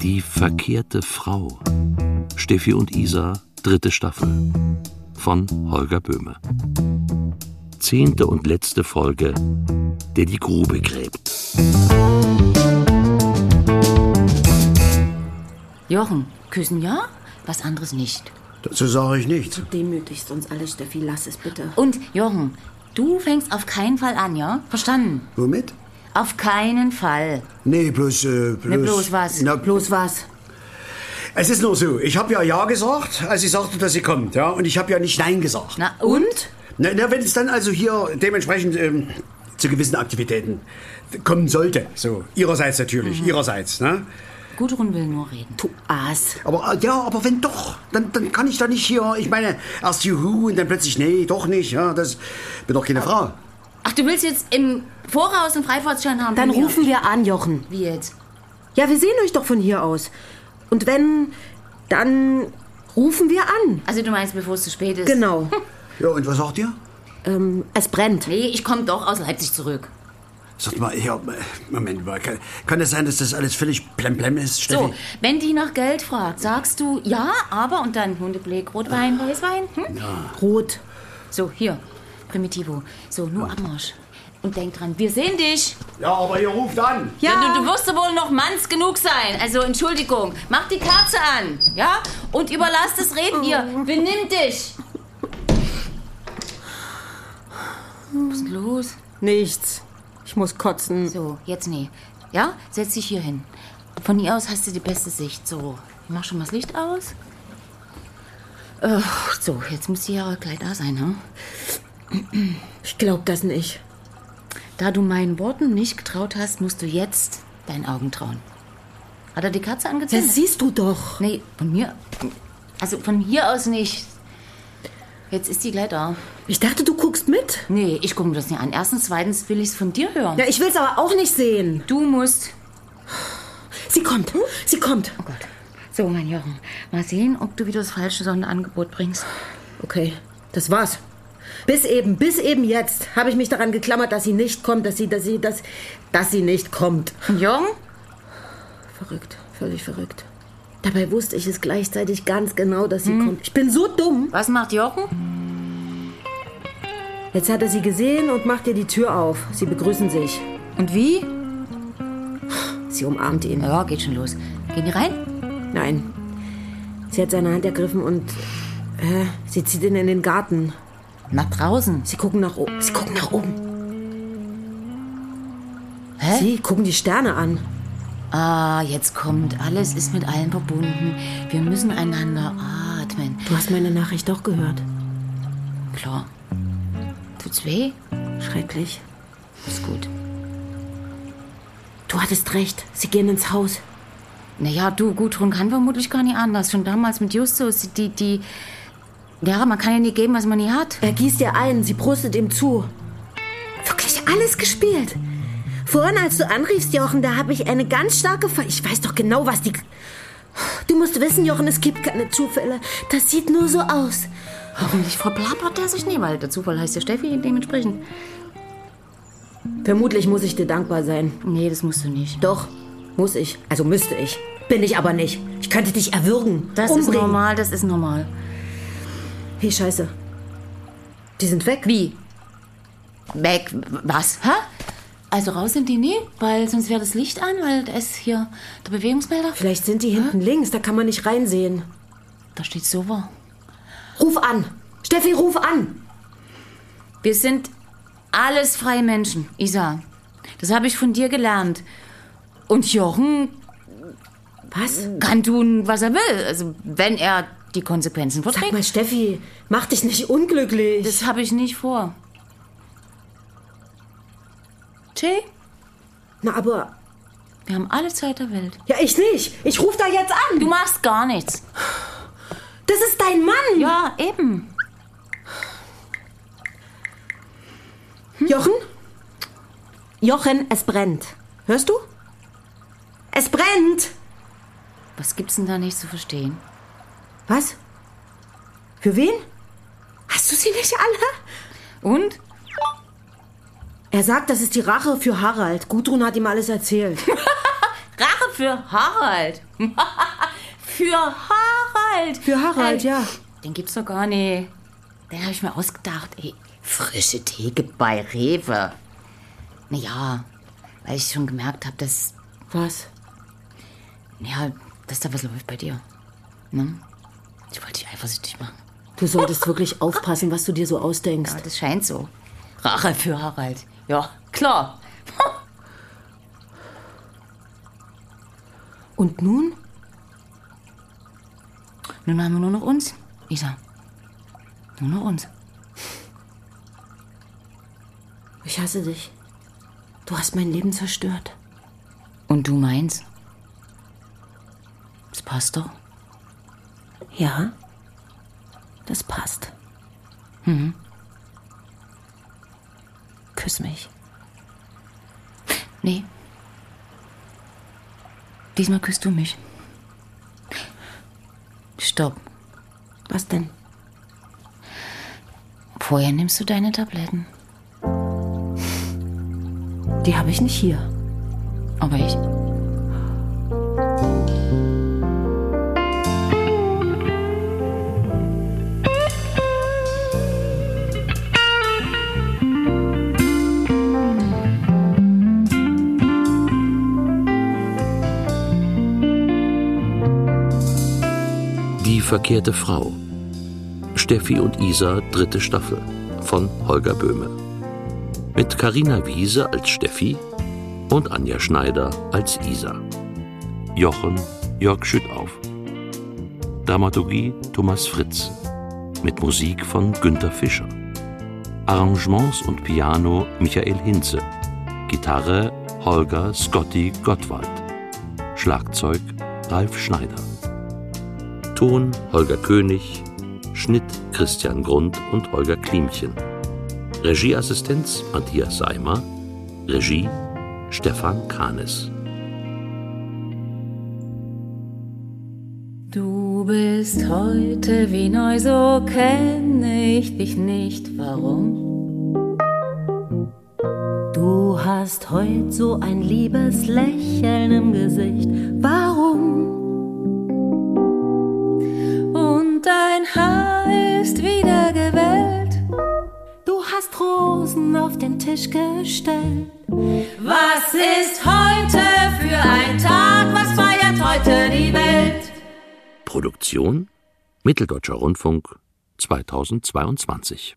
Die verkehrte Frau. Steffi und Isa, dritte Staffel. Von Holger Böhme. Zehnte und letzte Folge, der die Grube gräbt. Jochen, küssen ja, was anderes nicht. Dazu sage ich nichts. Demütigst uns alle, Steffi, lass es bitte. Und Jochen, du fängst auf keinen Fall an, ja? Verstanden? Womit? Auf keinen Fall. Nee, bloß, äh, bloß... Ne, bloß was? Na, Bloß was? Es ist nur so, ich habe ja Ja gesagt, als sie sagte, dass sie kommt, ja, und ich habe ja nicht Nein gesagt. Na und? Na, na wenn es dann also hier dementsprechend ähm, zu gewissen Aktivitäten kommen sollte, so, ihrerseits natürlich, Mhm. ihrerseits, ne? Gudrun will nur reden. Du Aas. Aber, äh, ja, aber wenn doch, dann, dann kann ich da nicht hier, ich meine, erst Juhu und dann plötzlich, nee, doch nicht, ja, das, bin doch keine Frau. Ach, du willst jetzt im Voraus einen Freifahrtschein haben? Dann von mir? rufen wir an, Jochen. Wie jetzt? Ja, wir sehen euch doch von hier aus. Und wenn, dann rufen wir an. Also du meinst, bevor es zu spät ist? Genau. Ja, und was sagt ihr? ähm, es brennt. Nee, ich komme doch aus Leipzig zurück. Sagt mal, ja, äh, Moment mal, kann, kann das sein, dass das alles völlig plemplem ist, Steffi? So, wenn die nach Geld fragt, sagst du ja, aber und dann Hundeblick, Rotwein, Weißwein. Hm? Rot. So, hier, Primitivo. So, nur Abmarsch. Und denk dran, wir sehen dich. Ja, aber ihr ruft an. Ja. Du, du wirst ja wohl noch Manns genug sein. Also, Entschuldigung, mach die Kerze an, ja? Und überlass das Reden ihr. Benimm dich. Was ist denn los? Nichts. Ich muss kotzen. So, jetzt nee. Ja, setz dich hier hin. Von hier aus hast du die beste Sicht. So, ich mach schon mal das Licht aus. Äh, so, jetzt muss die ja gleich da sein, ne? Ich glaub das nicht. Da du meinen Worten nicht getraut hast, musst du jetzt deinen Augen trauen. Hat er die Katze Das angezündet? siehst du doch. nee, von mir. Also von hier aus nicht. Jetzt ist die gleich da. Ich dachte, du guckst mit. Nee, ich gucke mir das nicht an. Erstens, zweitens will ich es von dir hören. Ja, ich will's aber auch nicht sehen. Du musst. Sie kommt. Sie kommt. Oh Gott. So, mein Jochen. Mal sehen, ob du wieder das falsche Sonderangebot bringst. Okay, das war's. Bis eben, bis eben jetzt habe ich mich daran geklammert, dass sie nicht kommt, dass sie, dass sie, dass, dass sie nicht kommt. Und Jochen? Verrückt, völlig verrückt. Dabei wusste ich es gleichzeitig ganz genau, dass sie kommt. Ich bin so dumm. Was macht Jochen? Jetzt hat er sie gesehen und macht ihr die Tür auf. Sie begrüßen sich. Und wie? Sie umarmt ihn. Ja, geht schon los. Gehen die rein? Nein. Sie hat seine Hand ergriffen und äh, sie zieht ihn in den Garten. Nach draußen. Sie gucken nach oben. Sie gucken nach oben. Hä? Sie gucken die Sterne an. Ah, jetzt kommt. Alles ist mit allem verbunden. Wir müssen einander atmen. Du hast meine Nachricht doch gehört. Klar. Tut's weh? Schrecklich. Ist gut. Du hattest recht. Sie gehen ins Haus. Naja, du, Gudrun kann vermutlich gar nicht anders. Schon damals mit Justus, die, die... Ja, man kann ja nicht geben, was man nie hat. Er gießt ihr ein, sie brustet ihm zu. Wirklich alles gespielt. Vorhin, als du anriefst, Jochen, da habe ich eine ganz starke Ver Ich weiß doch genau, was die... Du musst wissen, Jochen, es gibt keine Zufälle. Das sieht nur so aus. Hoffentlich verplappert er sich nie, weil der Zufall heißt ja Steffi dementsprechend. Vermutlich muss ich dir dankbar sein. Nee, das musst du nicht. Doch, muss ich. Also müsste ich. Bin ich aber nicht. Ich könnte dich erwürgen. Das umbringen. ist normal, das ist normal. Hey, scheiße. Die sind weg. Wie? Weg, was? Hä? Also raus in die Nähe, weil sonst wäre das Licht an, weil da ist hier der Bewegungsmelder. Vielleicht sind die hinten links, da kann man nicht reinsehen. Da steht Sova. Ruf an. Steffi, ruf an. Wir sind alles freie Menschen, Isa. Das habe ich von dir gelernt. Und Jochen Was? kann tun, was er will. Also, wenn er die Konsequenzen Sag verträgt. mal, Steffi, mach dich nicht unglücklich. Das habe ich nicht vor. Jay, Na, aber. wir haben alle Zeit der Welt. Ja, ich nicht. Ich rufe da jetzt an. Du machst gar nichts. Das ist dein Mann. Ja, eben. Hm? Jochen? Jochen, es brennt. Hörst du? Es brennt. Was gibt's denn da nicht zu verstehen? Was? Für wen? Hast du sie nicht alle? Und? Er sagt, das ist die Rache für Harald. Gudrun hat ihm alles erzählt. Rache für Harald. für Harald. Für Harald, ja. Den gibt's doch gar nicht. Den habe ich mir ausgedacht. Ey, frische Theke bei Rewe. Naja, weil ich schon gemerkt habe, dass, Was? ja, dass da was läuft bei dir. Ne? Ich wollte dich eifersüchtig machen. Du solltest wirklich aufpassen, was du dir so ausdenkst. Aber Ah, das scheint so. Rache für Harald. Ja, klar. Und nun? Nun haben wir nur noch uns, Isa. Nur noch uns. Ich hasse dich. Du hast mein Leben zerstört. Und du meins? Das passt doch. Ja, das passt. Mhm. Küss mich. Nee. Diesmal küsst du mich. Stopp. Was denn? Vorher nimmst du deine Tabletten. Die habe ich nicht hier. Aber ich. Die verkehrte Frau. Steffi und Isa, dritte Staffel von Holger Böhme. Mit Karina Wiese als Steffi und Anja Schneider als Isa. Jochen Jörg Schüttauf. Dramaturgie Thomas Fritz. Mit Musik von Günter Fischer. Arrangements und Piano Michael Hinze. Gitarre Holger Scotti Gottwald. Schlagzeug Ralf Schneider. Ton Holger König, Schnitt Christian Grund und Holger Klimchen. Regieassistenz Matthias Seimer, Regie Stefan Kahnes. Du bist heute wie neu, so kenne ich dich nicht. Warum? Du hast heut so ein liebes Lächeln im Gesicht. Warum? Und dein Haar ist wieder gewellt. Du hast Rosen auf den Tisch gestellt. Was ist heute für ein Tag? Was feiert heute die Welt? Produktion Mitteldeutscher Rundfunk 2022.